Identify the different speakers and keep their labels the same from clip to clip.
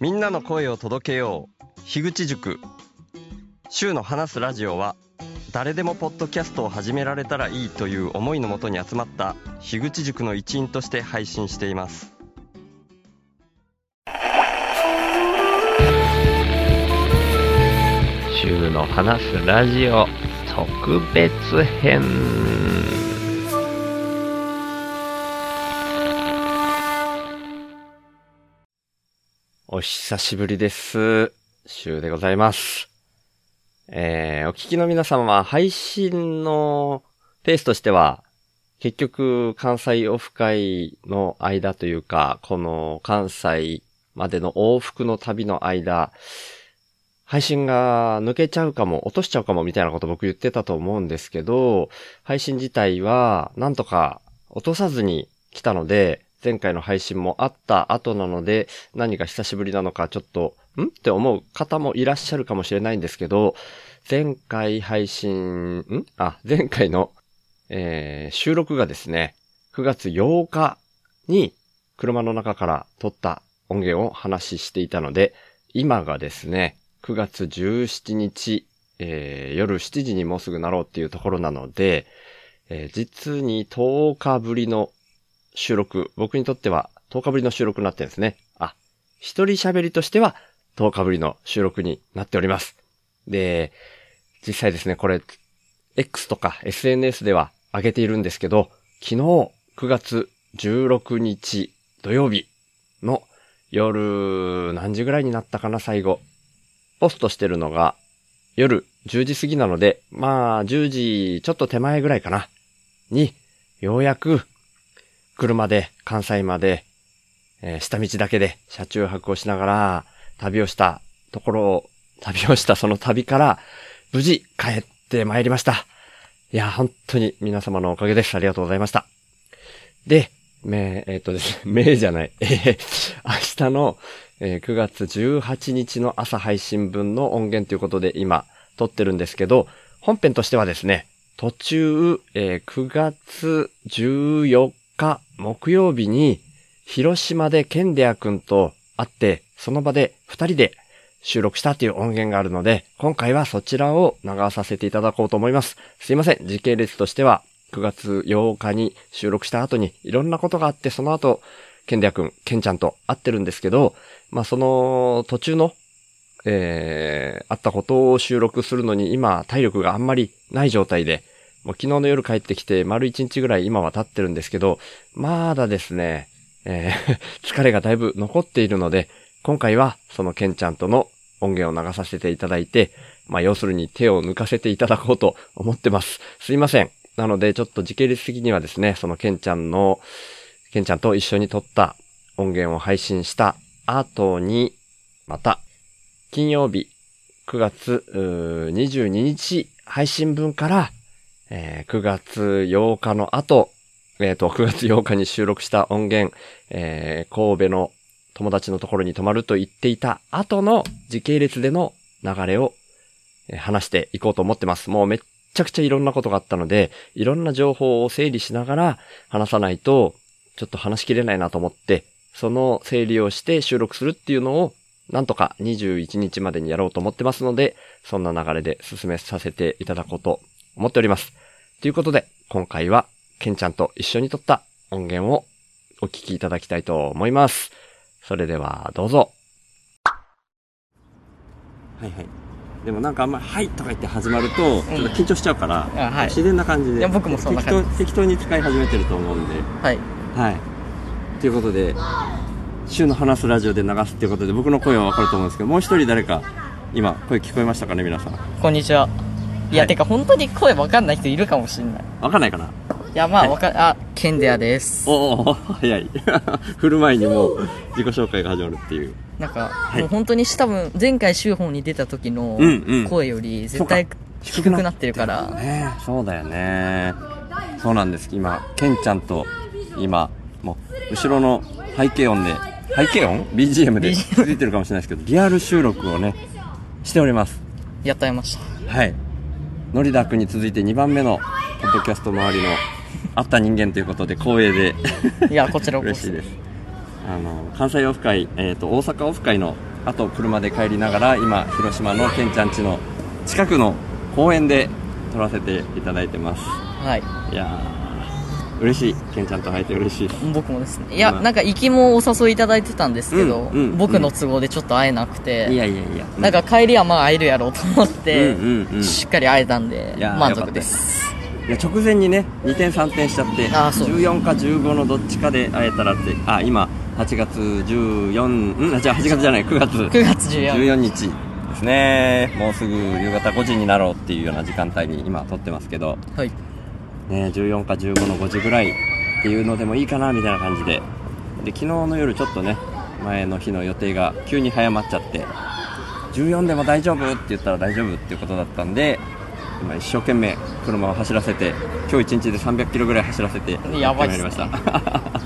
Speaker 1: みんなの声を届けよう樋口塾週の話すラジオは誰でもポッドキャストを始められたらいいという思いのもとに集まった樋口塾の一員として配信しています
Speaker 2: 週の話すラジオ特別編
Speaker 3: お久しぶりです。シュウでございます。えー、お聞きの皆様は配信のペースとしては、結局関西オフ会の間というか、この関西までの往復の旅の間、配信が抜けちゃうかも、落としちゃうかもみたいなこと僕言ってたと思うんですけど、配信自体はなんとか落とさずに来たので、前回の配信もあった後なので、何が久しぶりなのかちょっと、んって思う方もいらっしゃるかもしれないんですけど、前回配信、んあ、前回の、えー収録がですね、9月8日に車の中から撮った音源を話ししていたので、今がですね、9月17日、えー夜7時にもうすぐなろうっていうところなので、えー実に10日ぶりの収録、僕にとっては10日ぶりの収録になってるんですね。あ、一人喋りとしては10日ぶりの収録になっております。で、実際ですね、これ、X とか SNS では上げているんですけど、昨日9月16日土曜日の夜何時ぐらいになったかな、最後。ポストしてるのが夜10時過ぎなので、まあ10時ちょっと手前ぐらいかな。に、ようやく車で関西まで、えー下道だけで車中泊をしながら旅をしたところを、旅をしたその旅から無事帰ってまいりました。いや、本当に皆様のおかげです。ありがとうございました。で、め、えーっとですね、 めじゃない。えー明日の、えー9月18日の朝配信分の音源ということで今撮ってるんですけど、本編としてはですね、途中、えー9月14日木曜日に、広島でケンデア君と会って、その場で二人で収録したっていう音源があるので、今回はそちらを流させていただこうと思います。すいません、時系列としては、9月8日に収録した後にいろんなことがあって、その後、ケンデア君、ケンちゃんと会ってるんですけど、まあその途中の、えー、会ったことを収録するのに今体力があんまりない状態で、もう昨日の夜帰ってきて丸1日ぐらい今は経ってるんですけど、まだですね、えー疲れがだいぶ残っているので、今回はそのケンちゃんとの音源を流させていただいて、まあ要するに手を抜かせていただこうと思ってます。すいません。なのでちょっと時系列的にはですね、そのケンちゃんの、ケンちゃんと一緒に撮った音源を配信した後に、また、金曜日9月うー22日配信分から、えー9月8日の後、えっ、と、9月8日に収録した音源、えー神戸の友達のところに泊まると言っていた後の時系列での流れをえー話していこうと思ってます。もうめっちゃくちゃいろんなことがあったので、いろんな情報を整理しながら話さないと、ちょっと話しきれないなと思って、その整理をして収録するっていうのを、なんとか21日までにやろうと思ってますので、そんな流れで進めさせていただこうと思っております。ということで、今回は、ケンちゃんと一緒に撮った音源をお聞きいただきたいと思います。それでは、どうぞ。はいはい。でもなんかあんまり、はいとか言って始まると、ちょっと緊張しちゃうから、
Speaker 4: あはい
Speaker 3: 自然な感じで。
Speaker 4: いや僕もそんな感じ
Speaker 3: 適当適当に使い始めてると思うんで。
Speaker 4: はい。
Speaker 3: はい。ということで、週の話すラジオで流すっていうことで、僕の声はわかると思うんですけど、もう一人誰か、今、声聞こえましたかね、皆さん。
Speaker 4: こんにちは。い
Speaker 3: は
Speaker 4: や、
Speaker 3: い
Speaker 4: てか本当に声わかんない人いるかもしんない。
Speaker 3: わかんないかない
Speaker 4: や、まあわかん、あ、ケンデアです。
Speaker 3: おお、早い。 振る前にもう、自己紹介が始まるっていう。
Speaker 4: なんか、
Speaker 3: い
Speaker 4: もう本当にし多分、前回週報に出た時の
Speaker 3: うんうん
Speaker 4: 声より絶対低くなってるから、
Speaker 3: ねえそうだよねそうなんです今ケンちゃんと今もう後ろの背景音で背景音 ?BGM で
Speaker 4: BGM
Speaker 3: ついてるかもしれないですけどリアル収録をねしております
Speaker 4: やったりました。
Speaker 3: はいノリダー君に続いて2番目のポッドキャスト周りの会った人間ということで光栄で
Speaker 4: いや、こちらこそ。
Speaker 3: 嬉しいですあの関西オフ会、えー、と大阪オフ会のあと車で帰りながら今広島のけんちゃん家の近くの公園で撮らせていただいてます
Speaker 4: はい。
Speaker 3: いやー嬉しいけんちゃんと会えて嬉しいです
Speaker 4: 僕もですね。いや、
Speaker 3: うん
Speaker 4: なんか行きもお誘いいただいてたんですけど、
Speaker 3: うんうん
Speaker 4: 僕の都合でちょっと会えなくて、
Speaker 3: いやいやいや
Speaker 4: なんか帰りはまあ会えるやろうと思っ
Speaker 3: うん
Speaker 4: て、
Speaker 3: うんうん
Speaker 4: しっかり会えたんで
Speaker 3: い、やー
Speaker 4: 満足です。
Speaker 3: いや直前にね2点3点しちゃって
Speaker 4: あーそう
Speaker 3: 14か15のどっちかで会えたらってあ今8月14んあじゃあ8月じゃない9月
Speaker 4: 9月14
Speaker 3: 14日ですねもうすぐ夕方5時になろうっていうような時間帯に今撮ってますけど、
Speaker 4: 日。はい。
Speaker 3: ね、14か15の5時ぐらいっていうのでもいいかなみたいな感じでで昨日の夜ちょっとね前の日の予定が急に早まっちゃって14でも大丈夫って言ったら大丈夫っていうことだったんで今一生懸命車を走らせて今日1日で300キロぐらい走らせて
Speaker 4: やばいっ
Speaker 3: やってまいり
Speaker 4: すね
Speaker 3: ました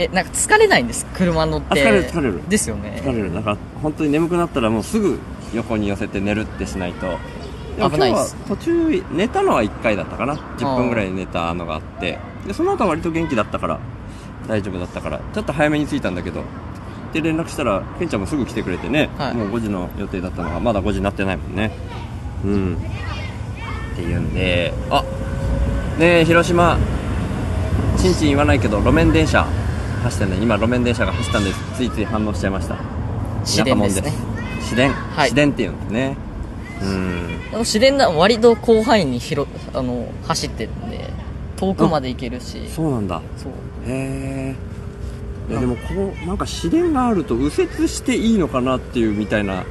Speaker 4: え、なんか疲れないんです車乗って。
Speaker 3: あ疲れる疲れる
Speaker 4: ですよね。
Speaker 3: 疲れるだから本当に眠くなったらもうすぐ横に寄せて寝るってしないとも
Speaker 4: 危ないっす
Speaker 3: 今日は途中寝たのは1回だったかな10分ぐらい寝たのがあってでその後は割と元気だったから大丈夫だったからちょっと早めに着いたんだけどで連絡したらケンちゃんもすぐ来てくれてね、
Speaker 4: はい
Speaker 3: もう5時の予定だったのがまだ5時になってないもんねうんっていうんであねえ広島ちんちん言わないけど路面電車走ってね今路面電車が走ったんですついつい反応しちゃいました
Speaker 4: 市電ですね。
Speaker 3: 市電、
Speaker 4: はい
Speaker 3: 市電っていうんですねうん
Speaker 4: でも市電な割と広範囲に広あの走ってるんで遠くまで行けるし
Speaker 3: そうなんだ
Speaker 4: そう
Speaker 3: へえいやでもこうなんか市電があると右折していいのかなっていうみたいな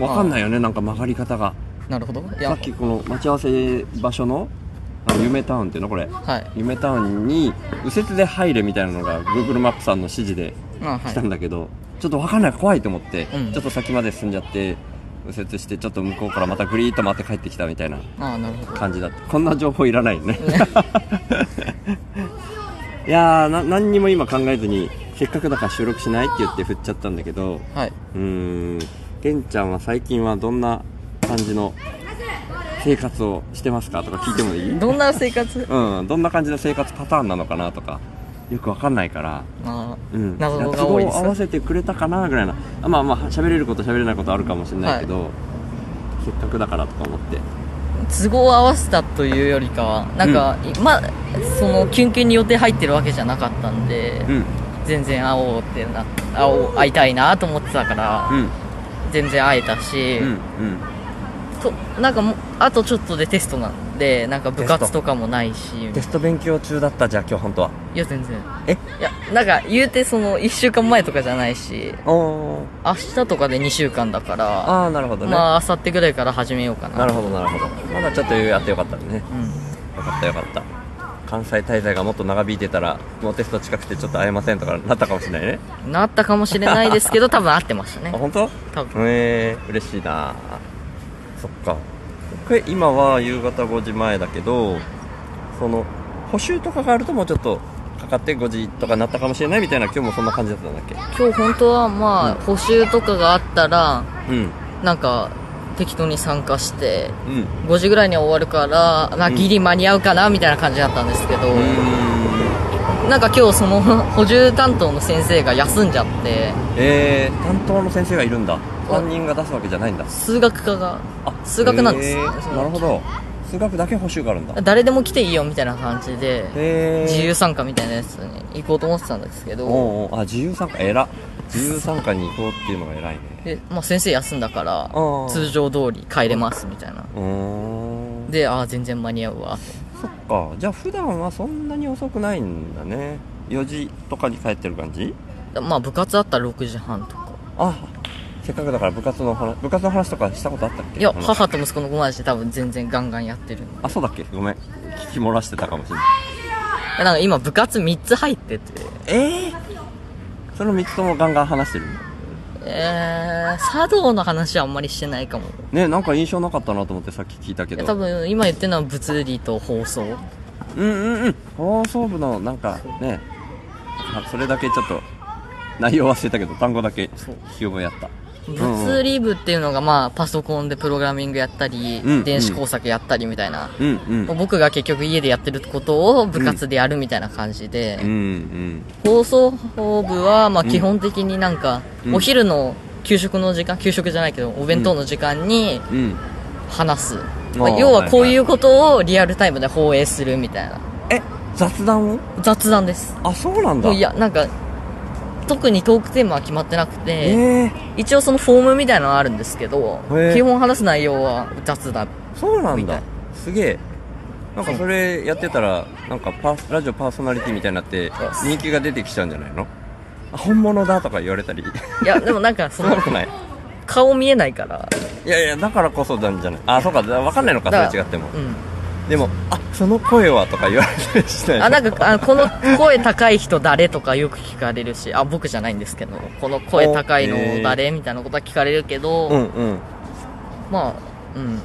Speaker 3: わかんないよねなんか曲がり方が
Speaker 4: なるほどい
Speaker 3: さ
Speaker 4: や
Speaker 3: っきこの待ち合わせ場所のあの夢タウンっていうのこれ
Speaker 4: はい
Speaker 3: 夢タウンに右折で入れみたいなのが Google マップさんの指示で
Speaker 4: まあは
Speaker 3: 来
Speaker 4: い
Speaker 3: たんだけど、ちょっとわかんない怖いと思って、
Speaker 4: うん
Speaker 3: ちょっと先まで進んじゃって右折してちょっと向こうからまたグリーッと回って帰ってきたみたいな
Speaker 4: ああなるほど
Speaker 3: 感じだったこんな情報いらないよね いやーな何にも今考えずにせっかくだから収録しないって言って振っちゃったんだけど
Speaker 4: はい、
Speaker 3: うーんけんちゃんは最近はどんな感じの生活をしてますかとか聞いてもいい
Speaker 4: どんな生活
Speaker 3: うん、どんな感じの生活パターンなのかなとかよくわかんないから、
Speaker 4: まあ
Speaker 3: うん、
Speaker 4: 謎が多いです
Speaker 3: 都合合わせてくれたかなぐらいなあまあまあ喋れること喋れないことあるかもしれないけど、せっかくだからとか思って
Speaker 4: 都合を合わせたというよりかはなんか、まあそのキュンキュンに予定入ってるわけじゃなかったんで、
Speaker 3: うん
Speaker 4: 全然会おうってな会おう会いたいなと思ってたから、
Speaker 3: うん
Speaker 4: 全然会えたし、
Speaker 3: うん
Speaker 4: となんかもうあとちょっとでテストなんでなんか部
Speaker 3: テ
Speaker 4: 活
Speaker 3: スト
Speaker 4: とかもないし
Speaker 3: うんテスト勉強中だったじゃあ今日本当はい
Speaker 4: や全然
Speaker 3: え
Speaker 4: いやなんか言うてその1週間前とかじゃないし
Speaker 3: お
Speaker 4: 明日とかで2週間だから
Speaker 3: ああなるほどね、
Speaker 4: まあ明後日ぐらいから始めようかな
Speaker 3: なるほどなるほどまだちょっと余裕あってよかったねよ
Speaker 4: うん
Speaker 3: かったよかった関西滞在がもっと長引いてたらもうテスト近くてちょっと会えませんとかなったかもしれないね
Speaker 4: なったかもしれないですけど多分合ってました
Speaker 3: あ
Speaker 4: ね
Speaker 3: 本当
Speaker 4: 多分
Speaker 3: へえ嬉しいなそっかこれ今は夕方5時前だけどその補習とかがあるともうちょっとかかって5時とかなったかもしれないみたいな今日もそんな感じだったんだっけ
Speaker 4: 今日本当はまあ補習とかがあったら
Speaker 3: うん
Speaker 4: なんか適当に参加して
Speaker 3: うんう
Speaker 4: 5時ぐらいには終わるから、まあ、
Speaker 3: うん
Speaker 4: ギリ間に合うかなみたいな感じだったんですけど、
Speaker 3: ーん
Speaker 4: なんか今日その補充担当の先生が休んじゃって
Speaker 3: えー、担当の先生がいるんだ担任が出すわけじゃないんだ
Speaker 4: 数学科が
Speaker 3: あ
Speaker 4: 数学なんです
Speaker 3: へーなるほど数学だけ補習があるんだ
Speaker 4: 誰でも来ていいよみたいな感じで
Speaker 3: へえ
Speaker 4: 自由参加みたいなやつに行こうと思ってたんですけど、
Speaker 3: おうおうあ自由参加偉自由参加に行こうっていうのが偉いね
Speaker 4: でまあ、先生休んだから
Speaker 3: うん
Speaker 4: 通常通り帰れますみたいな
Speaker 3: うーん
Speaker 4: でああ全然間に合うわ
Speaker 3: そっかじゃあ普段はそんなに遅くないんだね4時とかに帰ってる感じ
Speaker 4: とまあ部活あったら6時半とか
Speaker 3: あせっかくだから部活の話部活の話とかしたことあったっけ
Speaker 4: いや
Speaker 3: この
Speaker 4: 母と息子の友達で多分全然ガンガンやってるんで
Speaker 3: あそうだっけごめん聞き漏らしてたかもしれない
Speaker 4: いやなんか今部活3つ入ってて
Speaker 3: ええその3つともガンガン話してる
Speaker 4: えー、茶道の話はあんまりしてないかも
Speaker 3: ねなんか印象なかったなと思ってさっき聞いたけ
Speaker 4: いや多
Speaker 3: ど
Speaker 4: 分今言ってるのは物理と放送
Speaker 3: うんうんうん放送部のなんかねあそれだけちょっと内容忘れたけど単語だけ聞き覚えあった
Speaker 4: 物理部っていうのが、まあ、パソコンでプログラミングやったり、
Speaker 3: うん
Speaker 4: 電子工作やったりみたいな。
Speaker 3: うんうん
Speaker 4: もう僕が結局家でやってることを部活でやるみたいな感じで、
Speaker 3: うん
Speaker 4: 放送部はまあ基本的になんか、
Speaker 3: うん
Speaker 4: お昼の給食の時間給食じゃないけどお弁当の時間に
Speaker 3: うんうん
Speaker 4: 話す、
Speaker 3: ー
Speaker 4: まあ、要はこういうことをリアルタイムで放映するみたいな
Speaker 3: 雑談を
Speaker 4: 雑談です
Speaker 3: あそうなん
Speaker 4: も
Speaker 3: だ
Speaker 4: ういやなんか特にトークテーマは決まってなく
Speaker 3: え
Speaker 4: て、
Speaker 3: え
Speaker 4: 一応そのフォームみたいなのはあるんですけど、
Speaker 3: へー
Speaker 4: 基本話す内容は雑談
Speaker 3: そうなん
Speaker 4: みた
Speaker 3: だ
Speaker 4: い
Speaker 3: すげえなんかそれやってたらなんかパーラジオパーソナリティみたいになって
Speaker 4: そう
Speaker 3: 人気が出てきちゃうんじゃないのあ本物だとか言われたり
Speaker 4: いやでもなんかそ
Speaker 3: そんな
Speaker 4: の
Speaker 3: ことない
Speaker 4: 顔見えないから
Speaker 3: いやいやだからこそなんじゃないあそうかだわかんないのか
Speaker 4: だ
Speaker 3: それ違っても
Speaker 4: うん
Speaker 3: でもあその声はとか言われたりしないの
Speaker 4: あなんかあこの声高い人誰とかよく聞かれるしあ僕じゃないんですけどこの声高いの誰みたいなことは聞かれるけど、
Speaker 3: うんうん
Speaker 4: まあうん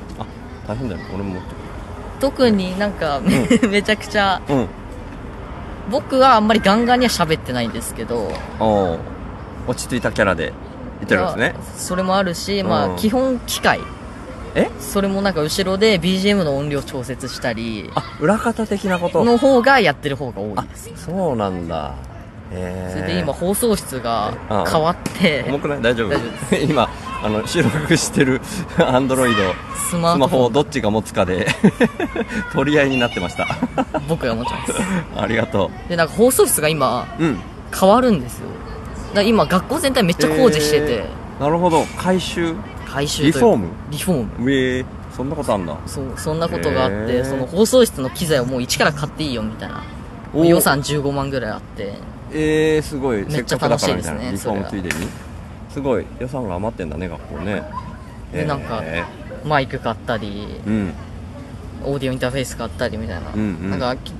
Speaker 3: 大変だよね俺も持って
Speaker 4: 特になんか、め めちゃくちゃ
Speaker 3: くうん
Speaker 4: 僕はあんまりガンガンには喋ってないんですけど
Speaker 3: おー落ち着いたキャラでいってるんですね
Speaker 4: まあそれもあるし、ま
Speaker 3: う
Speaker 4: あ、
Speaker 3: ん
Speaker 4: 基本機械
Speaker 3: え
Speaker 4: それもなんか後ろで BGM の音量調節したり
Speaker 3: あ裏方的なこと
Speaker 4: の方がやってる方が多い
Speaker 3: あそうなんだへえ
Speaker 4: それで今放送室が変わって
Speaker 3: 重くない大丈夫
Speaker 4: 大丈 夫
Speaker 3: 今あの収録してる アンドロイド
Speaker 4: ス
Speaker 3: ス
Speaker 4: マート
Speaker 3: マ
Speaker 4: フ
Speaker 3: ホ
Speaker 4: ォ
Speaker 3: をどっちが持つかで 取り合いになってました
Speaker 4: ン僕が持ちます
Speaker 3: ありがと
Speaker 4: でなんか放送室が今
Speaker 3: ううん
Speaker 4: 変わるんですよだから今学校全体めっちゃ工事してて、
Speaker 3: なるほど回収
Speaker 4: 改修
Speaker 3: リ
Speaker 4: と
Speaker 3: フ
Speaker 4: いう
Speaker 3: ォー
Speaker 4: か
Speaker 3: ム
Speaker 4: リフォーム
Speaker 3: ええそんなことあんだ
Speaker 4: そうそんなことがあって、
Speaker 3: へー
Speaker 4: その放送室の機材をもう一から買っていいよみたいな
Speaker 3: おー
Speaker 4: 予算15万ぐらいあって
Speaker 3: ええすごい
Speaker 4: めっち
Speaker 3: せ
Speaker 4: ゃ
Speaker 3: かくだ
Speaker 4: 楽
Speaker 3: か
Speaker 4: し
Speaker 3: ら
Speaker 4: いで
Speaker 3: みた
Speaker 4: す
Speaker 3: い
Speaker 4: ね
Speaker 3: なリフォームついでにすごい予算が余ってんだね学校ね
Speaker 4: でなんか
Speaker 3: え
Speaker 4: マイク買ったり
Speaker 3: えうん
Speaker 4: オーディオインターフェース買ったりみたいな,、
Speaker 3: うんうん
Speaker 4: なんかき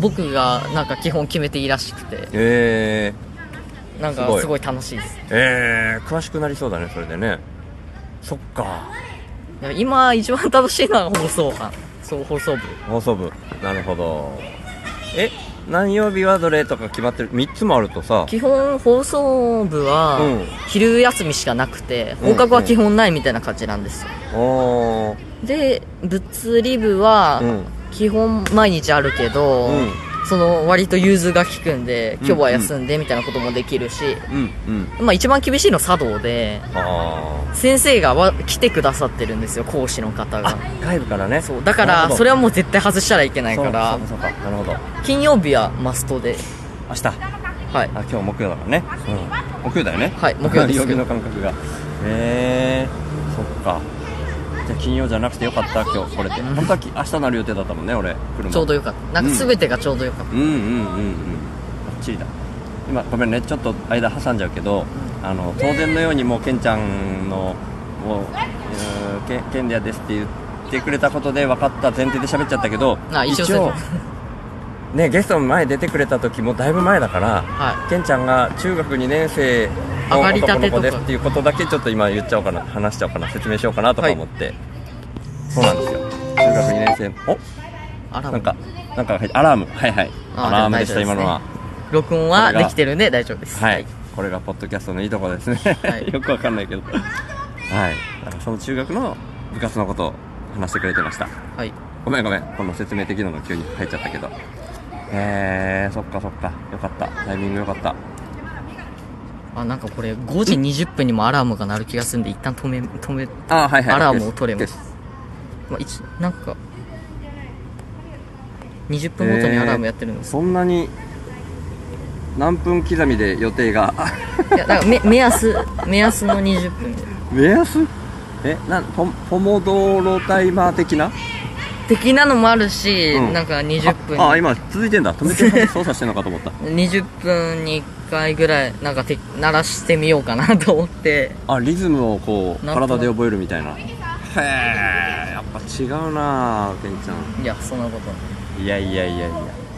Speaker 4: 僕がなんか基本決めていいらしくて
Speaker 3: ええ
Speaker 4: なん
Speaker 3: すご
Speaker 4: か
Speaker 3: い
Speaker 4: すごい楽しいです
Speaker 3: ええ詳しくなりそうだねそれでねそっか
Speaker 4: なんか今一番楽しいのは放送 班そう放送部
Speaker 3: 放送部なるほどえ何曜日はどれとか決まってる3つもあるとさ
Speaker 4: 基本放送部は
Speaker 3: うん
Speaker 4: 昼休みしかなくて、
Speaker 3: うん
Speaker 4: 放課後は基本ないみたいな感じなんですよ、
Speaker 3: おー
Speaker 4: で物理部は
Speaker 3: うん
Speaker 4: 基本毎日あるけど、
Speaker 3: うん
Speaker 4: その割と融通が利くんで
Speaker 3: うん
Speaker 4: 今日は休んでみたいなこともできるし、
Speaker 3: うんうん
Speaker 4: まあ一番厳しいのは茶道で
Speaker 3: あ
Speaker 4: 先生がわ来てくださってるんですよ講師の方
Speaker 3: あ
Speaker 4: が
Speaker 3: 外部からね
Speaker 4: そうだからそれ
Speaker 3: は
Speaker 4: はもう絶対外したらいけないから
Speaker 3: そうかそうかなるほど
Speaker 4: 金曜日はマストで
Speaker 3: 明日あ
Speaker 4: はい
Speaker 3: 今日木曜だからね、うん、木曜だよね
Speaker 4: はい木曜です
Speaker 3: 曜日の感覚がへえそっかじゃあ金曜じゃなくてよかった今日これって本当はき明日なる予定だったもんね俺車
Speaker 4: ちょうどよかったなんか全てがちょうどよかっ
Speaker 3: うんうんうんうんバッチリだ今ごめんねちょっと間挟んじゃうけど、あの当然のようにもうケンちゃんのもう、えー、ケケンディアですって言ってくれたことで分かった前提で喋っちゃったけど
Speaker 4: あ一応
Speaker 3: ねゲストの前出てくれた時もだいぶ前だから
Speaker 4: た、は
Speaker 3: ケンちゃんが中学2年生の
Speaker 4: 上がりた
Speaker 3: 男
Speaker 4: て
Speaker 3: の
Speaker 4: とか
Speaker 3: 子ですっていうことだけちょっと今言っちゃおうかな話しちゃおうかな説明しようかなとか思って、そうなんですよ中学2年生お
Speaker 4: い、あら
Speaker 3: なんか、なんか、はいアラーム。はいはい。
Speaker 4: あ
Speaker 3: アラームでした、
Speaker 4: でも
Speaker 3: 今
Speaker 4: 大丈夫ですね
Speaker 3: のは。
Speaker 4: 録音
Speaker 3: こ
Speaker 4: は
Speaker 3: れ
Speaker 4: で
Speaker 3: が
Speaker 4: きてるんで大丈夫です
Speaker 3: はい。これがポッドキャストのいいとこですね。
Speaker 4: い
Speaker 3: よくわかんないけど。はい。だからその中学の部活のことを話してくれてました。
Speaker 4: はい
Speaker 3: ごめんごめん。この説明的なの急に入っちゃったけど。えー、そっかそっか。よかった。タイミングよかった。
Speaker 4: あなんかこれ5時20分にもアラームが鳴る気がするんで一旦止め止め、
Speaker 3: あーはいはい。
Speaker 4: アラームを取れます
Speaker 3: す。
Speaker 4: まあ、一なんか20分ごとにアラームやってるんです、
Speaker 3: そんなに、何分刻みで予定が、 あ
Speaker 4: いやなんか目目安目安の20分
Speaker 3: 目安え、なん、ポポモドーロタイマー的な
Speaker 4: 的なのもあるし、
Speaker 3: うん
Speaker 4: なんか20分
Speaker 3: ああ今続いてんだ止めて操作してんのかと思った
Speaker 4: 20分に1回ぐらいなんかて鳴らしてみようかなと思って
Speaker 3: あリズムをこう
Speaker 4: なんとなく
Speaker 3: 体で覚えるみたいなへえやっぱ違うなあケンちゃん
Speaker 4: いやそんなことない
Speaker 3: いやいやいやいや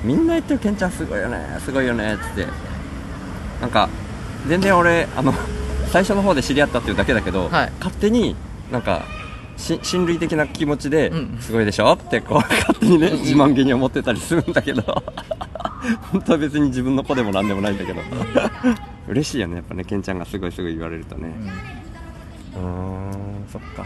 Speaker 3: みんな言ってるケンちゃんすごいよねすごいよねっつってなんか全然俺あの最初の方で知り合ったっていうだけだけど、
Speaker 4: はい
Speaker 3: 勝手になんかし親類的な気持ちで、
Speaker 4: うん
Speaker 3: すごいでしょってこう勝手にね自慢げに思ってたりするんだけど 本当は別に自分の子でもなんでもないんだけど嬉しいよねやっぱねケンちゃんがすごいすごい言われるとね、
Speaker 4: うん
Speaker 3: うーん、そっか。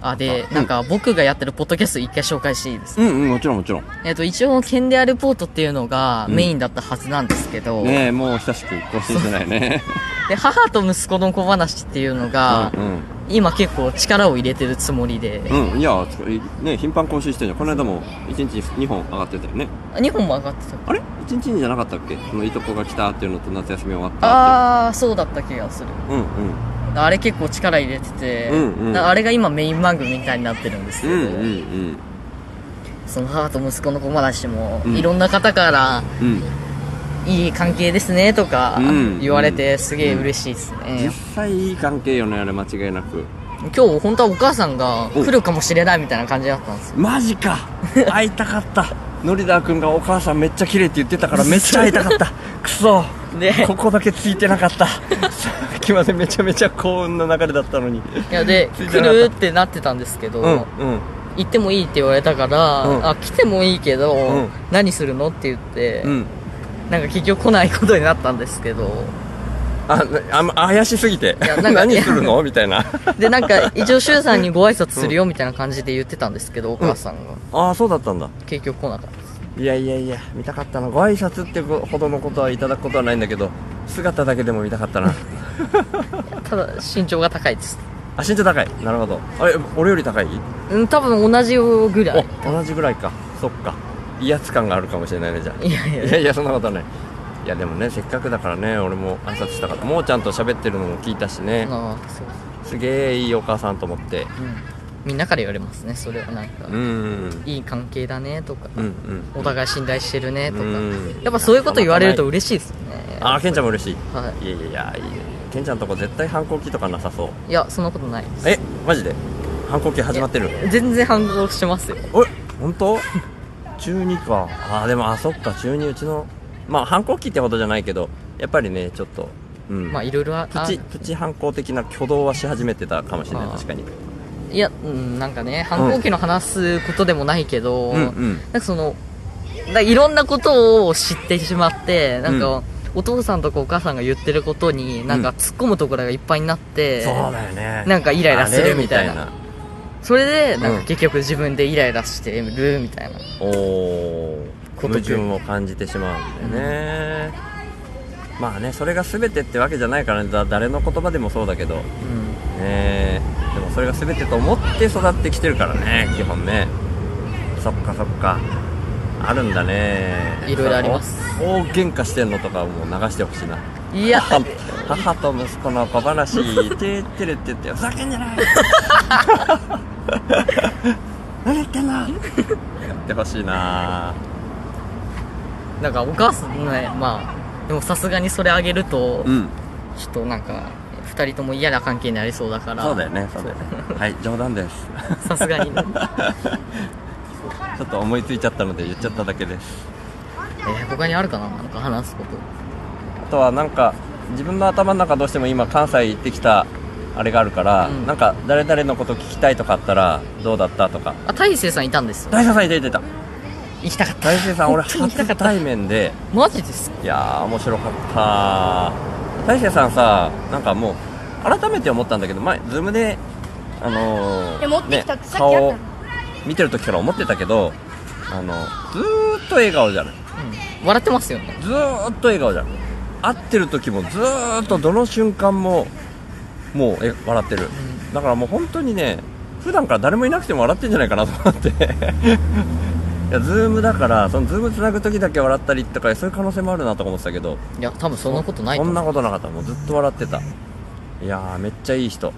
Speaker 4: あ、で
Speaker 3: あ、うん
Speaker 4: なんか僕がやってるポッドキャスト一回紹介していいですか
Speaker 3: うんうん、もちろんもちろん。
Speaker 4: えっ、と、一応、ケンデアレポートっていうのが
Speaker 3: うん
Speaker 4: メインだったはずなんですけど、
Speaker 3: ねえ、もう久しく更新してないね。
Speaker 4: で、母と息子の小話っていうのが、
Speaker 3: うん
Speaker 4: 今結構力を入れてるつもりで、
Speaker 3: うん。うん、いや、つね頻繁更新してるじゃん。この間も1日に2本上がってたよね。
Speaker 4: あ2本も上がってた。
Speaker 3: あれ ?1 日にじゃなかったっけそのいとこが来たっていうのと夏休み終わったっ
Speaker 4: あー、そうだった気がする。
Speaker 3: ていう。うんうん。
Speaker 4: あれ結構力入れてて、
Speaker 3: うんうん
Speaker 4: だからあれが今メイン番組みたいになってるんですけ
Speaker 3: う
Speaker 4: ど、
Speaker 3: んうん
Speaker 4: その母と息子の小話も、
Speaker 3: うん
Speaker 4: いろんな方から、
Speaker 3: うん。うん。
Speaker 4: いい関係ですねとか
Speaker 3: うん
Speaker 4: 言われて、すげえ嬉しいです
Speaker 3: 実
Speaker 4: ね、
Speaker 3: 際いい関係よね、あれ間違いなく。
Speaker 4: 今日本当はお母さんが来るかもしれないみたいな感じだったんですよ。
Speaker 3: マジ か会いたかったノリダー君がお母さんめっちゃ綺麗って言ってたからめっちゃ会いたか ったくそ
Speaker 4: で、
Speaker 3: ここだけついてなかった さっきまでめちゃめちゃ幸運な流れだったのに
Speaker 4: いやで、
Speaker 3: ついて
Speaker 4: 来
Speaker 3: なかった
Speaker 4: るってなってたんですけど、
Speaker 3: うんうん
Speaker 4: 行ってもいいって言われたから、
Speaker 3: うん
Speaker 4: あ、来てもいいけど、
Speaker 3: うん
Speaker 4: 何するのって言って、
Speaker 3: うん
Speaker 4: なんか結局来ないことになったんですけど、
Speaker 3: あなあん怪しすぎて
Speaker 4: いやなんか
Speaker 3: 何するのみたいな
Speaker 4: で、なんか一応柊さんにご挨拶するよみたいな感じで言ってたんですけど、お母さんが。
Speaker 3: ああそうだったんだ
Speaker 4: 結局来なかったです。
Speaker 3: いやいやいや見たかったなご挨拶ってほどのことはいただくことはないんだけど姿だけでも見たかった な
Speaker 4: ただ、身長が高いです。
Speaker 3: あ身長高いなるほどあれ俺より高い
Speaker 4: うん、多分同じぐらい。
Speaker 3: お同じぐらいかそっか威圧感があるかもしれないねじゃあ
Speaker 4: いやいや
Speaker 3: いやいやそんなことはないいやでもねせっかくだからね俺も挨拶したからもうちゃんと喋ってるのも聞いたしね
Speaker 4: あーそう
Speaker 3: すげえいいお母さんと思って
Speaker 4: うん、みんなから言われますねそれはなんか、
Speaker 3: うんうん
Speaker 4: いい関係だねとか、
Speaker 3: うんうん
Speaker 4: お互い信頼してるねとか、
Speaker 3: うん
Speaker 4: やっぱそういうこと言われると嬉しいですよね
Speaker 3: ああケンちゃんも嬉しい
Speaker 4: は
Speaker 3: や
Speaker 4: い
Speaker 3: いやいやいいねケンちゃんとこ絶対反抗期とかなさそう
Speaker 4: いいやそんなことないです
Speaker 3: えマジで反抗期始まってる
Speaker 4: 全然反応してますよ
Speaker 3: おい本当中二かああでもあそっか中二うちのまあ反抗期ってほどじゃないけどやっぱりねちょっとうん
Speaker 4: まあいろいろあ
Speaker 3: プチプチ反抗的な挙動はし始めてたかもしれない
Speaker 4: あー
Speaker 3: 確かに
Speaker 4: あいや、うん、なんかね反抗期の話すことでもないけど、
Speaker 3: うんう
Speaker 4: なんか
Speaker 3: ん
Speaker 4: そのだいろんなことを知ってしまってなんか、お父さんとかお母さんが言ってることになんか突っ込むところがいっぱいになって、
Speaker 3: そうだよね
Speaker 4: なんかイライラするみたいな
Speaker 3: あれみ
Speaker 4: それでなん
Speaker 3: うん
Speaker 4: か結局自分でイライラしてるみたいな、
Speaker 3: たいなおー
Speaker 4: こと
Speaker 3: 矛盾を感じてしまうんだよね、まあねそれが全てってわけじゃないからねだ誰の言葉でもそうだけどね
Speaker 4: う
Speaker 3: でもそれが全てと思って育ってきてるからね基本ねそっかそっかあるんだね
Speaker 4: いろいろあります、
Speaker 3: その大喧嘩してんのとかもう流してほしいなん
Speaker 4: いや
Speaker 3: 母母と息子の小話 「てってれ」って言って「ふざけんじゃない! 」何言ってんのやってほしいな
Speaker 4: なんかお母さんねまあでもさすがにそれあげると、
Speaker 3: うん
Speaker 4: ちょっとなんか2人とも嫌な関係になりそうだから
Speaker 3: そうだよねそうだよねはい冗談です
Speaker 4: さすがに ね、
Speaker 3: ちょっと思いついちゃったので言っちゃっただけです
Speaker 4: えー他にあるかななんか話すこと
Speaker 3: あとはなんか自分の頭の中どうしても今関西行ってきたあれがあるから、
Speaker 4: うん
Speaker 3: なんか誰々のこと聞きたいとかあったらどうだったとか
Speaker 4: あ大勢さんいたんですよ
Speaker 3: 大勢さんいていてた
Speaker 4: 行きたかった
Speaker 3: 大勢さん俺
Speaker 4: 本当に行きたか
Speaker 3: 初
Speaker 4: った
Speaker 3: 対面で
Speaker 4: マジですか
Speaker 3: いやー面白かった大成さんさなんかもう改めて思ったんだけど前ズームであのー、
Speaker 5: いや持ってきた
Speaker 3: ね
Speaker 5: さっきあった
Speaker 3: 顔を見てる時から思ってたけどあのずーっと笑顔じゃない
Speaker 4: うん笑ってますよね
Speaker 3: ずーっと笑顔じゃない会ってる時もずーっとどの瞬間ももうえ笑ってるだからもう本当にね普段から誰もいなくても笑ってんじゃないかなと思って いやズームだからそのズームつなぐ時だけ笑ったりとかそういう可能性もあるなとか思ってたけど
Speaker 4: いや多分そんなことないと
Speaker 3: そんな
Speaker 4: 思っ
Speaker 3: ことなかったもうずっと笑ってたいやーめっちゃいい人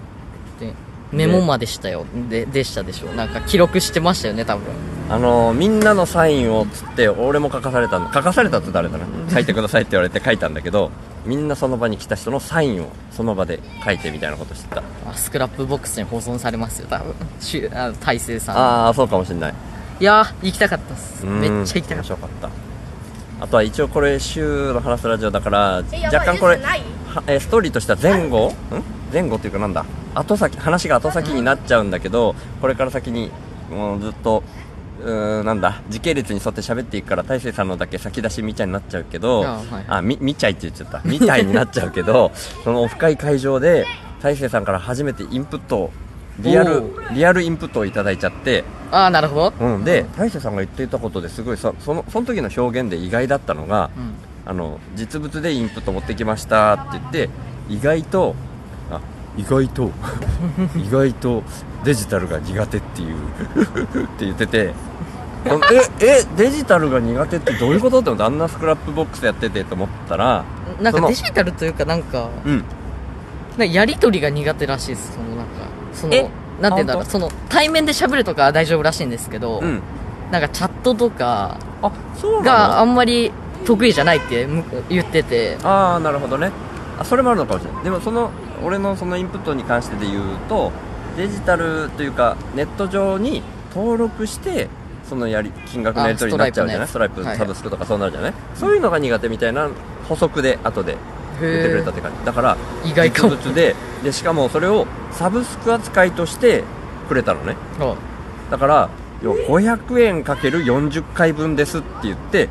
Speaker 4: てメモまでしたよででしたでしょなんか記録してましたよね多分
Speaker 3: あのー、みんなのサインをつって俺も書かされたの書かされたって誰だな書いてくださいって言われて書いたんだけどみんなその場に来た人のサインをその場で書いてみたいなことしてた
Speaker 4: あスクラップボックスに保存されますよ多分しゅあの大勢さん
Speaker 3: ああそうかもしんない
Speaker 4: いやー行きたかったっす
Speaker 3: うん
Speaker 4: めっちゃ行きたか
Speaker 3: 面
Speaker 4: った
Speaker 3: 白かったあとは一応これ週の話すラジオだから
Speaker 5: え
Speaker 3: 若干これ
Speaker 5: やばいやつな
Speaker 3: は
Speaker 5: い
Speaker 3: えーストーリーとしては前後ん前後っていうかなんだ後先話が後先になっちゃうんだけどこれから先にもうずっとうーんなんだ時系列に沿って喋っていくから大勢さんのだけ先出しみちゃいになっちゃうけど
Speaker 4: あはい
Speaker 3: あみみちゃいって言っちゃったみたいになっちゃうけどそのオフ会会場で大成さんから初めてインプットをリアル
Speaker 4: お
Speaker 3: リアルインプットをいただいちゃって、
Speaker 4: ああ、なるほど。
Speaker 3: うん、で大成さんが言っていたことですごいそそのその時の表現で意外だったのが
Speaker 4: うん。
Speaker 3: あの実物でインプット持ってきましたって言って意外とあ意外と 意外とデジタルが苦手っていう って言っててこ のええデジタルが苦手ってどういうことって思ってあんなスクラップボックスやっててと思ったら
Speaker 4: なん
Speaker 3: そ
Speaker 4: か
Speaker 3: の
Speaker 4: デジタルというか、なんか、
Speaker 3: うん
Speaker 4: なんかやりとりが苦手らしいです。その、なんか、その
Speaker 3: え、
Speaker 4: なんて言うんだろう、
Speaker 3: 本
Speaker 4: その、対面で喋るとかは大丈夫らしいんですけど、
Speaker 3: うん
Speaker 4: なんかチャットとか
Speaker 3: あそう
Speaker 4: が
Speaker 3: な
Speaker 4: あ
Speaker 3: の
Speaker 4: んまり得意じゃないってむ言ってて、
Speaker 3: ああなるほどねあそれもあるのかもしれないでもその俺のそのインプットに関してで言うとデジタルというかネット上に登録してそのやり金額のやり取りになっちゃうじゃない
Speaker 4: あ
Speaker 3: ス
Speaker 4: ス
Speaker 3: ト
Speaker 4: ト
Speaker 3: ラ
Speaker 4: ラ
Speaker 3: イ
Speaker 4: イ
Speaker 3: プ
Speaker 4: プのやつ
Speaker 3: サブスクとかそうなるじゃない、そういうのが苦手みたいな補足で後で言ってくれたって感じだから
Speaker 4: へー意外かも。
Speaker 3: 実物ででしかもそれをサブスク扱いとしてくれたのね
Speaker 4: あ
Speaker 3: だから要は500円かける40回分ですって言って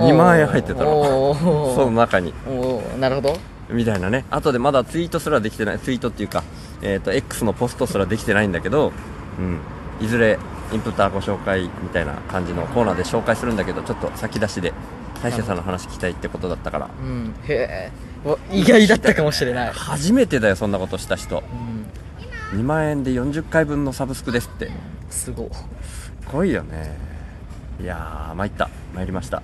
Speaker 3: 2万円入ってたの
Speaker 4: おーおー
Speaker 3: その中に
Speaker 4: おーなるほど。
Speaker 3: みたいなね。あとでまだツイートすらできてない、ツイートっていうか、えっ、と、X のポストすらできてないんだけど、うん。いずれ、インプッターご紹介みたいな感じのコーナーで紹介するんだけど、ちょっと先出しで、大成さんの話聞きたいってことだったから。
Speaker 4: うん。へえ。お意外だったかもしれない。
Speaker 3: 初めてだよ、そんなことした人。
Speaker 4: うん。
Speaker 3: 2万円で40回分のサブスクですって。
Speaker 4: すごい。
Speaker 3: すごいよね。いやー、参った。参りました。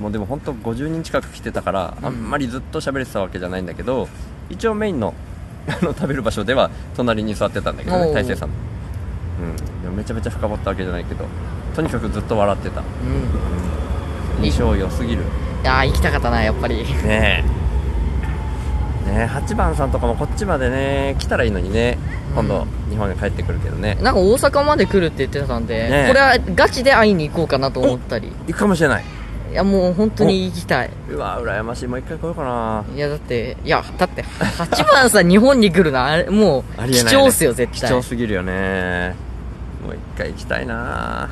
Speaker 3: もうでも本当50人近く来てたから、
Speaker 4: うん
Speaker 3: あんまりずっと喋れてたわけじゃないんだけど、一応メインの あの食べる場所では隣に座ってたんだけど
Speaker 4: お
Speaker 3: ね、
Speaker 4: う
Speaker 3: 大成さんの。うん、でもめちゃめちゃ深掘ったわけじゃないけど、とにかくずっと笑ってた。
Speaker 4: うん。
Speaker 3: 印象良すぎる。
Speaker 4: ああ、行きたかったな、やっぱり。
Speaker 3: ねえ。ねえ、8番さんとかもこっちまでね、来たらいいのにね、今
Speaker 4: う
Speaker 3: 度
Speaker 4: ん、
Speaker 3: 日本に帰ってくるけどね。
Speaker 4: なんか大阪まで来るって言ってたんで、
Speaker 3: ねえ
Speaker 4: これはガチで会いに行こうかなと思ったり。
Speaker 3: 行くかもしれない。
Speaker 4: いや、もう本当に行きたい。
Speaker 3: うわ、羨ましい。もう一回来ようかな。
Speaker 4: いや、だって、いや、だって、8番さん日本に来るの、あれ、もう
Speaker 3: あ、りえないね
Speaker 4: 貴重っすよ、絶
Speaker 3: 貴
Speaker 4: 対。
Speaker 3: 重すぎるよねもう一回行きたいな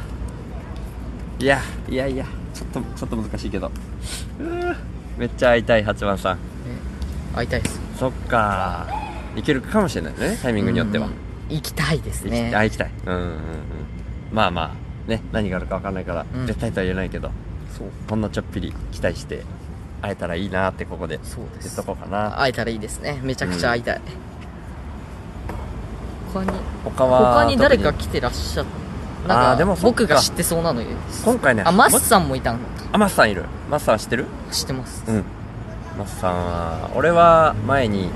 Speaker 3: いやいやいやちょっとちょっと難しいけどうーめっちゃ会いたい八番さん
Speaker 4: 会いたいです。
Speaker 3: そっか行けるかもしれないねタイミングによっては、
Speaker 4: うん行きたいです
Speaker 3: 行き
Speaker 4: ね。
Speaker 3: あ行きたいうんうんうんまあまあね何があるか分かんないから、
Speaker 4: うん
Speaker 3: 絶対とは言えないけどそうほんのちょっぴり期待して会えたらいいなってここで
Speaker 4: そうで
Speaker 3: 言っ
Speaker 4: す
Speaker 3: と。こうかな
Speaker 4: 会えたらいいですね。めちゃくちゃ会いたい。他に、
Speaker 3: 他は
Speaker 4: 他に誰か
Speaker 3: 特
Speaker 4: 来てらっしゃっ
Speaker 3: あー
Speaker 4: なん
Speaker 3: で
Speaker 4: か
Speaker 3: もそっか
Speaker 4: 僕が知ってそうなのよ。
Speaker 3: 今回ね
Speaker 4: あ、マスさんもいたのか。
Speaker 3: あマスさんいるマスさん知ってる
Speaker 4: 知ってます。
Speaker 3: うんマスさんは俺は前に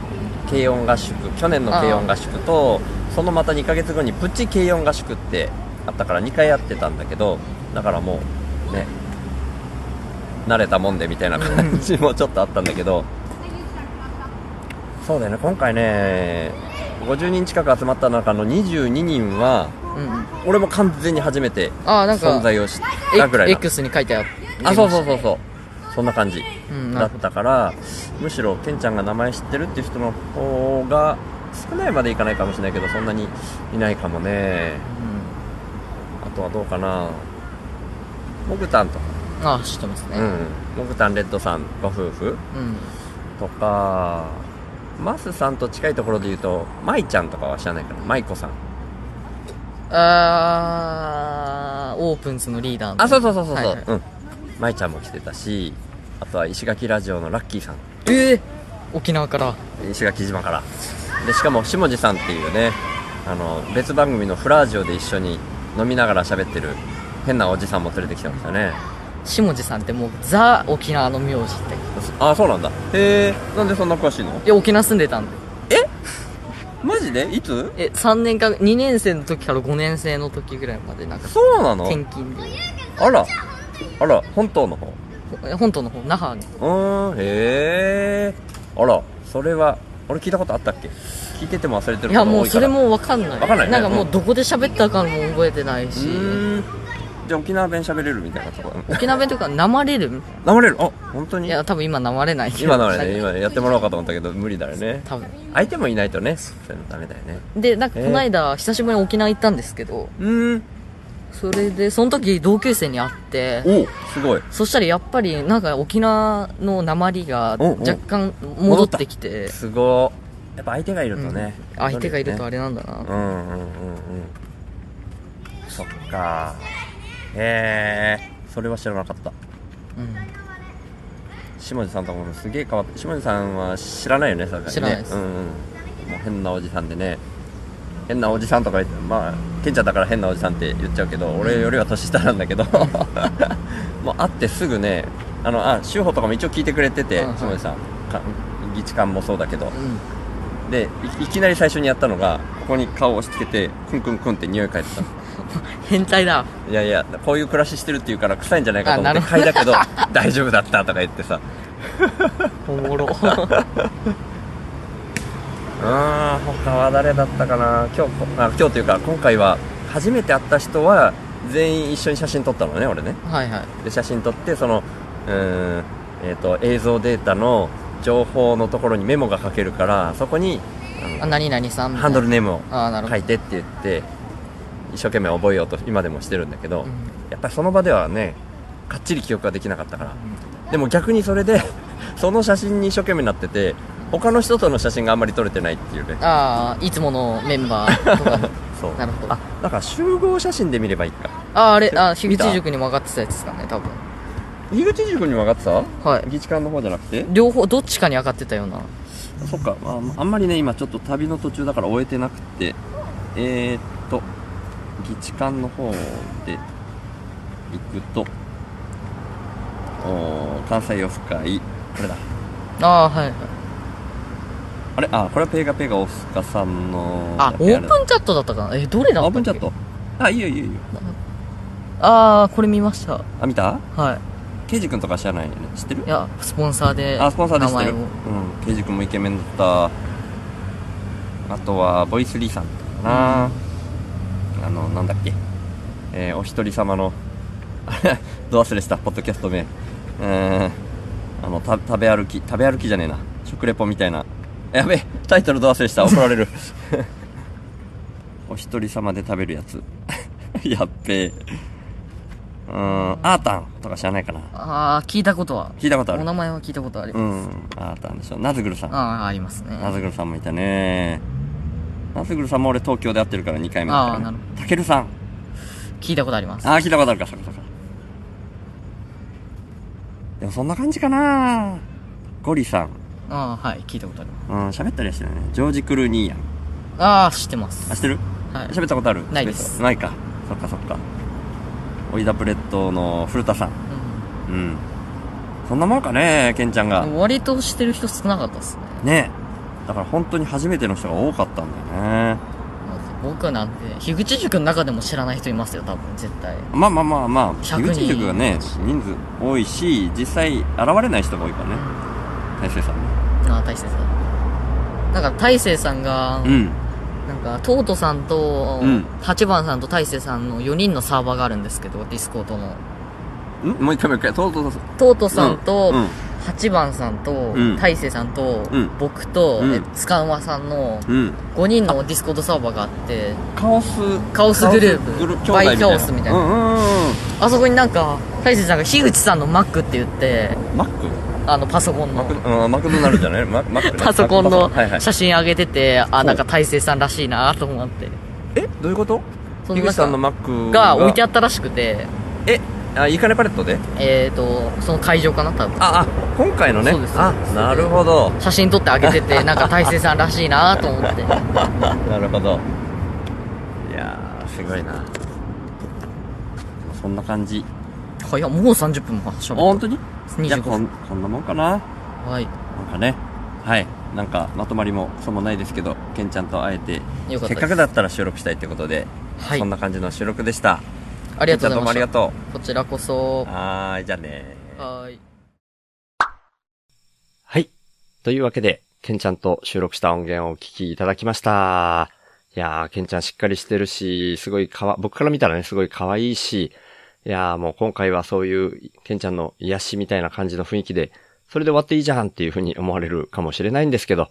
Speaker 3: 軽音合宿去年の軽音合宿とそのまた2ヶ月後にプチ軽音合宿ってあったから2回やってたんだけどだからもうね慣れたもんでみたいな感じもちょっとあったんだけど、そうだよね今回ね50人近く集まった中の22人は
Speaker 4: うんうん。
Speaker 3: 俺も完全に初めて
Speaker 4: あー、なん
Speaker 3: 存
Speaker 4: か、
Speaker 3: 在を知ったぐらいな
Speaker 4: X に書いてある。
Speaker 3: あそうそうそうそうそんな感じ
Speaker 4: うん、な
Speaker 3: だ
Speaker 4: る
Speaker 3: っ
Speaker 4: ほど。
Speaker 3: たからむしろケンちゃんが名前知ってるっていう人の方が少ないまでいかないかもしれないけどそんなにいないかもね
Speaker 4: うん
Speaker 3: あとはどうかなモグタンとか、
Speaker 4: あー、知ってますね。
Speaker 3: うん、モグタンレッドさんご夫婦
Speaker 4: うん。
Speaker 3: とかマスさんと近いところで言うとマイちゃんとかは知らないかなマイコさん
Speaker 4: あー、オープンズのリーダーの。
Speaker 3: あそうそうそうそうそう、
Speaker 4: はいはい
Speaker 3: うんマイちゃんも来てたしあとは石垣ラジオのラッキーさん
Speaker 4: えー、沖縄から。
Speaker 3: 石垣島からでしかも下地さんっていうねあの別番組のフラージオで一緒に飲みながら喋ってる変なおじさんも連れてきてましたね
Speaker 4: 下地さんってもうザ・沖縄の名字って。
Speaker 3: あそうなんだへえなんでそんな詳しいの
Speaker 4: いや、沖縄住んでたんで。
Speaker 3: マジでいつ
Speaker 4: え、3年間、2年生の時から5年生の時ぐらいまでなんか、
Speaker 3: そうなの
Speaker 4: 転勤で。
Speaker 3: あらあら本島の方
Speaker 4: ほえ本島の方、那覇に。
Speaker 3: うーんへえあらそれは俺聞いたことあったっけ聞いてても忘れてる
Speaker 4: い
Speaker 3: ことが多いか
Speaker 4: や、
Speaker 3: ら
Speaker 4: もうそれもわかんない。
Speaker 3: わかんないね
Speaker 4: なんかもうどこで喋ったかも覚えてないうし。
Speaker 3: ーんじゃあ沖縄弁喋れるみたいなとこ
Speaker 4: 沖縄弁とか、なまれる
Speaker 3: なまれるあ本当
Speaker 4: い
Speaker 3: に
Speaker 4: や、多分今なまれないけど。
Speaker 3: 今なまれ ね
Speaker 4: なんか
Speaker 3: 今やってもらおうかと思ったけど無理だよね
Speaker 4: 多分。
Speaker 3: 相手もいないとねそういうのダメだよね
Speaker 4: で、なんか
Speaker 3: えー
Speaker 4: この間、久しぶりに沖縄行ったんですけど、
Speaker 3: うーん
Speaker 4: それで、その時同級生に会って、
Speaker 3: おうすごい
Speaker 4: そしたらやっぱりなんか沖縄の鉛が
Speaker 3: おうおう
Speaker 4: 若干戻ってきて、
Speaker 3: すごやっぱ相手がいるとね。
Speaker 4: うん相手がいるとあ
Speaker 3: れ。
Speaker 4: れなんだな、
Speaker 3: うんうんうんうん。そっか。へえー、それは知らなかった。
Speaker 4: うん
Speaker 3: 下地さんとかもすげえ変わって下地さんは知らないよねさすがにね
Speaker 4: 知らないです
Speaker 3: うんうん、もう変なおじさんでね変なおじさんとか言ってまあケンちゃんだから変なおじさんって言っちゃうけど俺よりは年下なんだけど もう会ってすぐねあのあ修法とかも一応聞いてくれてて
Speaker 4: うんうん
Speaker 3: 下地さんか議事官もそうだけど
Speaker 4: うん
Speaker 3: でいいきなり最初にやったのがここに顔を押し付けてクンクンクンって匂い嗅いでた
Speaker 4: 変態だ
Speaker 3: いやいやこういう暮らししてるっていうから臭いんじゃないかと思って
Speaker 4: あ
Speaker 3: 嗅いだけど大丈夫だったとか言ってさ
Speaker 4: おも ろ
Speaker 3: あー他は誰だったかな今日こあ今日というか今回は初めて会った人は全員一緒に写真撮ったのね俺ね
Speaker 4: はいはい
Speaker 3: で写真撮ってそのうーん、えー、と映像データの情報のところにメモが書けるからそこにあ
Speaker 4: あ
Speaker 3: の
Speaker 4: 何々さんみたいな
Speaker 3: ハンドルネームを
Speaker 4: ああなるほ
Speaker 3: 書
Speaker 4: ど、
Speaker 3: いてって言って一生懸命覚えようと今でもしてるんだけど、
Speaker 4: うん
Speaker 3: やっぱりその場ではねかっちり記憶ができなかったからでも逆にそれで その写真に一生懸命になってて他の人との写真があんまり撮れてないっていうね
Speaker 4: ああいつものメンバー とか
Speaker 3: そう
Speaker 4: なるほど
Speaker 3: あだから集合写真で見ればいいか
Speaker 4: あああれあ樋
Speaker 3: 見た
Speaker 4: 口塾にも上がってたやつですかね多分
Speaker 3: 入り口塾にも上がってた
Speaker 4: はい
Speaker 3: 議事館の方じゃなくて
Speaker 4: 両方どっちかに上がってたような
Speaker 3: そっか、まあ、あんまりね今ちょっと旅の途中だから終えてなくてえー、っと議事館の方で行くとおー関西オフ会これだ
Speaker 4: ああはいはい
Speaker 3: あれあこれはペガペガオフカさんの
Speaker 4: あオ
Speaker 3: 部屋
Speaker 4: ー
Speaker 3: だ
Speaker 4: プンチャットだったかなえどれだ
Speaker 3: あ
Speaker 4: った
Speaker 3: オープ
Speaker 4: っけ
Speaker 3: ンチャットあいいよいいよいいよ
Speaker 4: ああこれ見ました
Speaker 3: あ見た
Speaker 4: は
Speaker 3: ケイジ君とか知らないよね知ってる
Speaker 4: いいやスポンサーで
Speaker 3: あスポンサーで知ってる、う
Speaker 4: 名前を
Speaker 3: ん、ケイジ君もイケメンだったあとはボイスリーさんかな、あのなんだっけ、えーお一人様の あれど忘れしたポッドキャスト名うーんあのた食べ歩き食べ歩きじゃねえな食レポみたいなやべえタイトルど忘れした怒られる お一人様で食べるやつ やっべえうーんアータンとか知らないかな
Speaker 4: ああ聞いたことは
Speaker 3: 聞いたことあ
Speaker 4: お
Speaker 3: る
Speaker 4: 名前は聞いたことあり
Speaker 3: う
Speaker 4: ます、
Speaker 3: ん、あったんでしょ。ナズグルさん。
Speaker 4: ああありますね
Speaker 3: ナズグルさんもいたね。ナズグルさんも俺東京で会ってるから2回目だから、ね。
Speaker 4: あーなるほ
Speaker 3: たけるさん。
Speaker 4: 聞いたことあります
Speaker 3: ああ、聞いたことあるか、そこそこ。でもそんな感じかなゴリさん。
Speaker 4: ああはい聞いたことありま
Speaker 3: うん、喋ったりはしてないね。ジョージ・クルーニーやん。
Speaker 4: すああ知ってま
Speaker 3: あ、
Speaker 4: す
Speaker 3: 知ってる
Speaker 4: はい
Speaker 3: 喋ったことある
Speaker 4: ないです
Speaker 3: ないか。そっかそっか。オイダプレットの古田さん。うん。そんなもんかね、ケンちゃんが
Speaker 4: う。ん、割としてる人少なかったですね
Speaker 3: ねだから本当に初めての人が多かったんだよね。
Speaker 4: まず僕なんて樋口塾の中でも知らない人いますよ多分絶対
Speaker 3: まあまあまあまあ、樋
Speaker 4: 100
Speaker 3: 口塾はね、人数多いし、実際現れない人が多いからね、大勢さんね。
Speaker 4: ああ大成さんなんか大成さんが、
Speaker 3: うん。
Speaker 4: なんかトートさんと、
Speaker 3: うん
Speaker 4: 八番さんと大成さんの4人のサーバーがあるんですけどディスコードの
Speaker 3: んもう一回もう一回、そうそうそうそう。
Speaker 4: トートさんと、
Speaker 3: うん。
Speaker 4: 八番さんと
Speaker 3: うん
Speaker 4: 大成さんと、
Speaker 3: うん
Speaker 4: 僕と、
Speaker 3: うん
Speaker 4: えつかんわさんの
Speaker 3: うん。
Speaker 4: 5人のディスコードサーバーがあって
Speaker 3: カオス、
Speaker 4: カオスグループ
Speaker 3: カオスグル兄弟
Speaker 4: バイ
Speaker 3: みたいな
Speaker 4: カオスみたいな
Speaker 3: うんうんうん
Speaker 4: あそこになんか大成さんが樋口さんの Mac って言って
Speaker 3: うん。マック
Speaker 4: あのパソコン
Speaker 3: マ
Speaker 4: の
Speaker 3: ック、うん、マクドナルド じゃないママックね。
Speaker 4: パソコン
Speaker 3: は
Speaker 4: の
Speaker 3: いはい。
Speaker 4: 写真上げてて、あ、なんか
Speaker 3: ほ
Speaker 4: 大成さんらしいなと思って。
Speaker 3: えどういうこと
Speaker 4: そ
Speaker 3: 樋口さんの
Speaker 4: なんか
Speaker 3: マック
Speaker 4: が置いてあ
Speaker 3: あ
Speaker 4: ったらしくて、
Speaker 3: えあ、イカネパレットで
Speaker 4: えっ、と、その会場かな多分。
Speaker 3: あ、あ、今回のね。
Speaker 4: そうです
Speaker 3: あ、なるほど。
Speaker 4: 写真撮ってあげて て、なんか大成さんらしいなと思って。
Speaker 3: なるほどいやーすごいなそんな感じ
Speaker 4: はい、や、もう30分も
Speaker 3: あ
Speaker 4: 喋
Speaker 3: 本
Speaker 4: った。
Speaker 3: 当にいや
Speaker 4: 25
Speaker 3: こん
Speaker 4: 分。
Speaker 3: こんなもんかな
Speaker 4: はい。
Speaker 3: なんかねはいなんかまとまりもそうもないですけどケンちゃんと会えて
Speaker 4: よかったです
Speaker 3: せっかくだったら収録したいってことで、
Speaker 4: はい
Speaker 3: そん。な感じの収録でした
Speaker 4: ありがとうございま
Speaker 3: ケンちゃ
Speaker 4: し
Speaker 3: んどうもあり
Speaker 4: た。こちらこ
Speaker 3: が
Speaker 4: そ
Speaker 3: とう。はーいじゃあね
Speaker 4: はい。
Speaker 3: はい。というわけで、ケンちゃんと収録した音源をお聞きいただきました。いやー、ケンちゃんしっかりしてるし、すごいかわ、僕から見たらね、すごい可愛いし、いやーもう今回はそういう、ケンちゃんの癒しみたいな感じの雰囲気で、それで終わっていいじゃんっていうふうに思われるかもしれないんですけど、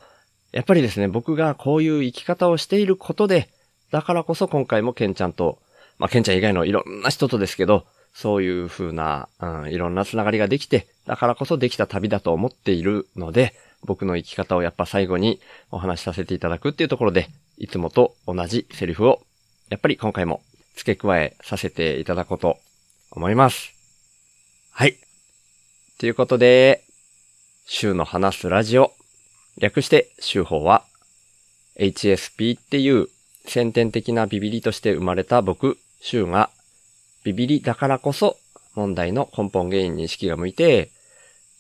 Speaker 3: やっぱりですね、僕がこういう生き方をしていることで、だからこそ今回もケンちゃんと、まあ、ケンちゃん以外のいろんな人とですけど、そういう風な、うん、いろんなつながりができて、だからこそできた旅だと思っているので、僕の生き方をやっぱ最後にお話しさせていただくっていうところで、いつもと同じセリフを、やっぱり今回も付け加えさせていただこうと思います。はい。ということで、週の話すラジオ。略して、週報は、HSP っていう先天的なビビリとして生まれた僕、週が、ビビリだからこそ問題の根本原因に意識が向いて、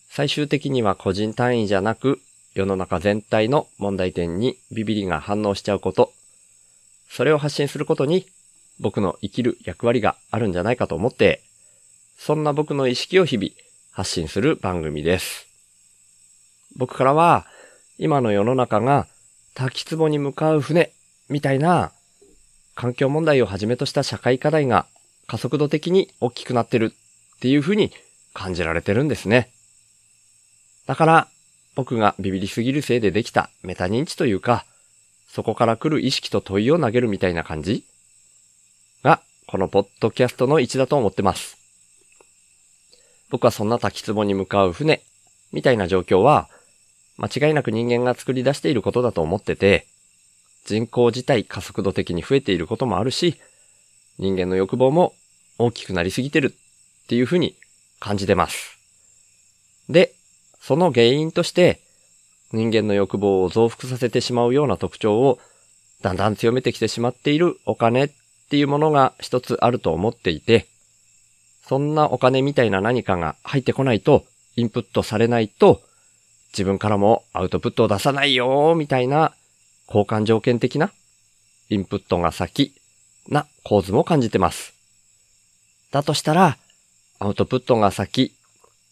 Speaker 3: 最終的には個人単位じゃなく、世の中全体の問題点にビビリが反応しちゃうこと、それを発信することに、僕の生きる役割があるんじゃないかと思って、そんな僕の意識を日々発信する番組です。僕からは、今の世の中が滝壺に向かう船みたいな環境問題をはじめとした社会課題が加速度的に大きくなってるっていうふうに感じられてるんですね。だから僕がビビりすぎるせいでできたメタ認知というか、そこから来る意識と問いを投げるみたいな感じが、このポッドキャストの位置だと思ってます。僕はそんな滝壺に向かう船みたいな状況は、間違いなく人間が作り出していることだと思ってて、人口自体加速度的に増えていることもあるし、人間の欲望も大きくなりすぎてるっていうふうに感じてます。で、その原因として、人間の欲望を増幅させてしまうような特徴をだんだん強めてきてしまっているお金っていうものが一つあると思っていて、そんなお金みたいな何かが入ってこないと、インプットされないと、自分からもアウトプットを出さないよーみたいな交換条件的なインプットが先な構図も感じてます。だとしたら、アウトプットが先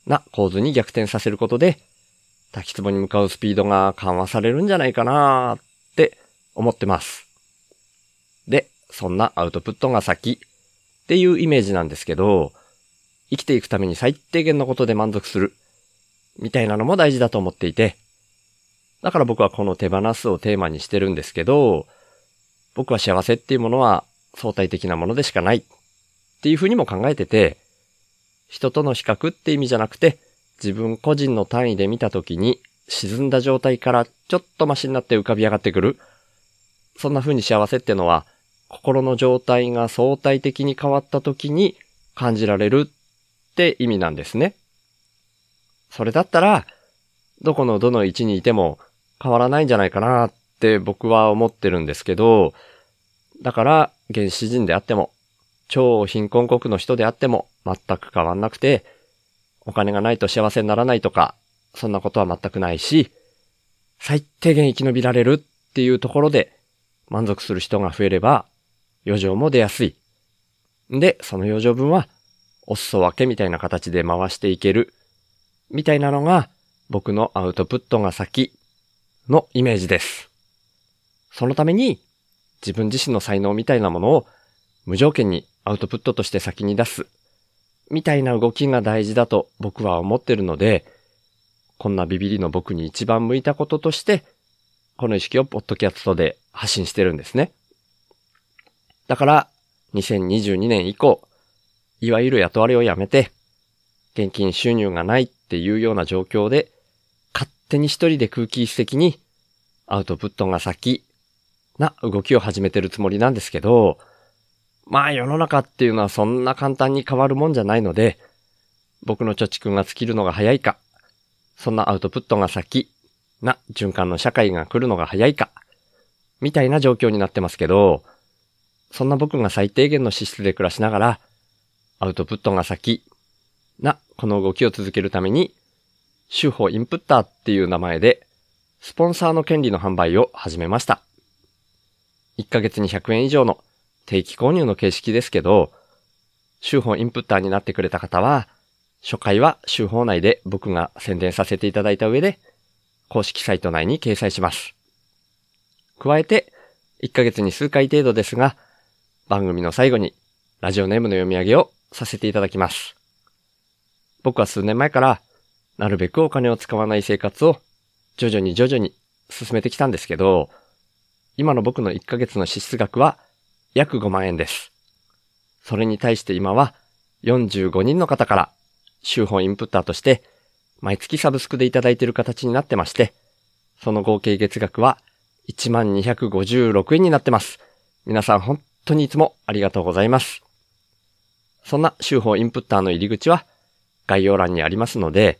Speaker 3: な構図に逆転させることで、滝壺に向かうスピードが緩和されるんじゃないかなーって思ってます。で、そんなアウトプットが先っていうイメージなんですけど、生きていくために最低限のことで満足するみたいなのも大事だと思っていて、だから僕はこの手放すをテーマにしてるんですけど、僕は幸せっていうものは相対的なものでしかないっていうふうにも考えてて、人との比較って意味じゃなくて、自分個人の単位で見たときに沈んだ状態からちょっとマシになって浮かび上がってくる。そんな風に幸せってのは、心の状態が相対的に変わった時に感じられるって意味なんですね。それだったら、どこのどの位置にいても変わらないんじゃないかなって僕は思ってるんですけど、だから原始人であっても、超貧困国の人であっても全く変わんなくて、お金がないと幸せにならないとか、そんなことは全くないし、最低限生き延びられるっていうところで満足する人が増えれば、余剰も出やすい。んで、その余剰分は、お裾分けみたいな形で回していける。みたいなのが僕のアウトプットが先のイメージです。そのために自分自身の才能みたいなものを無条件にアウトプットとして先に出すみたいな動きが大事だと僕は思ってるので、こんなビビリの僕に一番向いたこととして、この意識をポッドキャストで発信してるんですね。だから、2022年以降、いわゆる雇われをやめて、現金収入がないっていうような状況で、勝手に一人で空気一石にアウトプットが先な動きを始めてるつもりなんですけど、まあ世の中っていうのはそんな簡単に変わるもんじゃないので、僕の貯蓄が尽きるのが早いか、そんなアウトプットが先な循環の社会が来るのが早いか、みたいな状況になってますけど、そんな僕が最低限の資質で暮らしながら、アウトプットが先な、この動きを続けるために、手法インプッターっていう名前で、スポンサーの権利の販売を始めました。1ヶ月に100円以上の定期購入の形式ですけど、手法インプッターになってくれた方は、初回は手法内で僕が宣伝させていただいた上で、公式サイト内に掲載します。加えて、1ヶ月に数回程度ですが、番組の最後にラジオネームの読み上げをさせていただきます。僕は数年前から、なるべくお金を使わない生活を、徐々に徐々に進めてきたんですけど、今の僕の1ヶ月の支出額は、約5万円です。それに対して今は、45人の方から、週本インプッターとして、毎月サブスクでいただいている形になってまして、その合計月額は1256円になってます。皆さん本当にいつもありがとうございます。そんな週報インプッターの入り口は概要欄にありますので、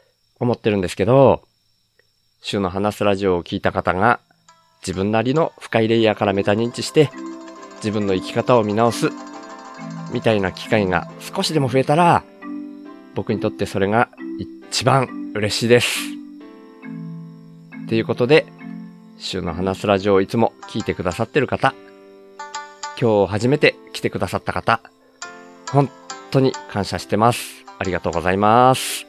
Speaker 3: 思ってるんですけど、週の話すラジオを聞いた方が自分なりの深いレイヤーからメタ認知して自分の生き方を見直すみたいな機会が少しでも増えたら僕にとってそれが一番嬉しいです。ということで、週の話すラジオをいつも聞いてくださってる方、今日初めて来てくださった方、本当に感謝してます。ありがとうございます。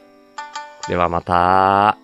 Speaker 3: ではまた。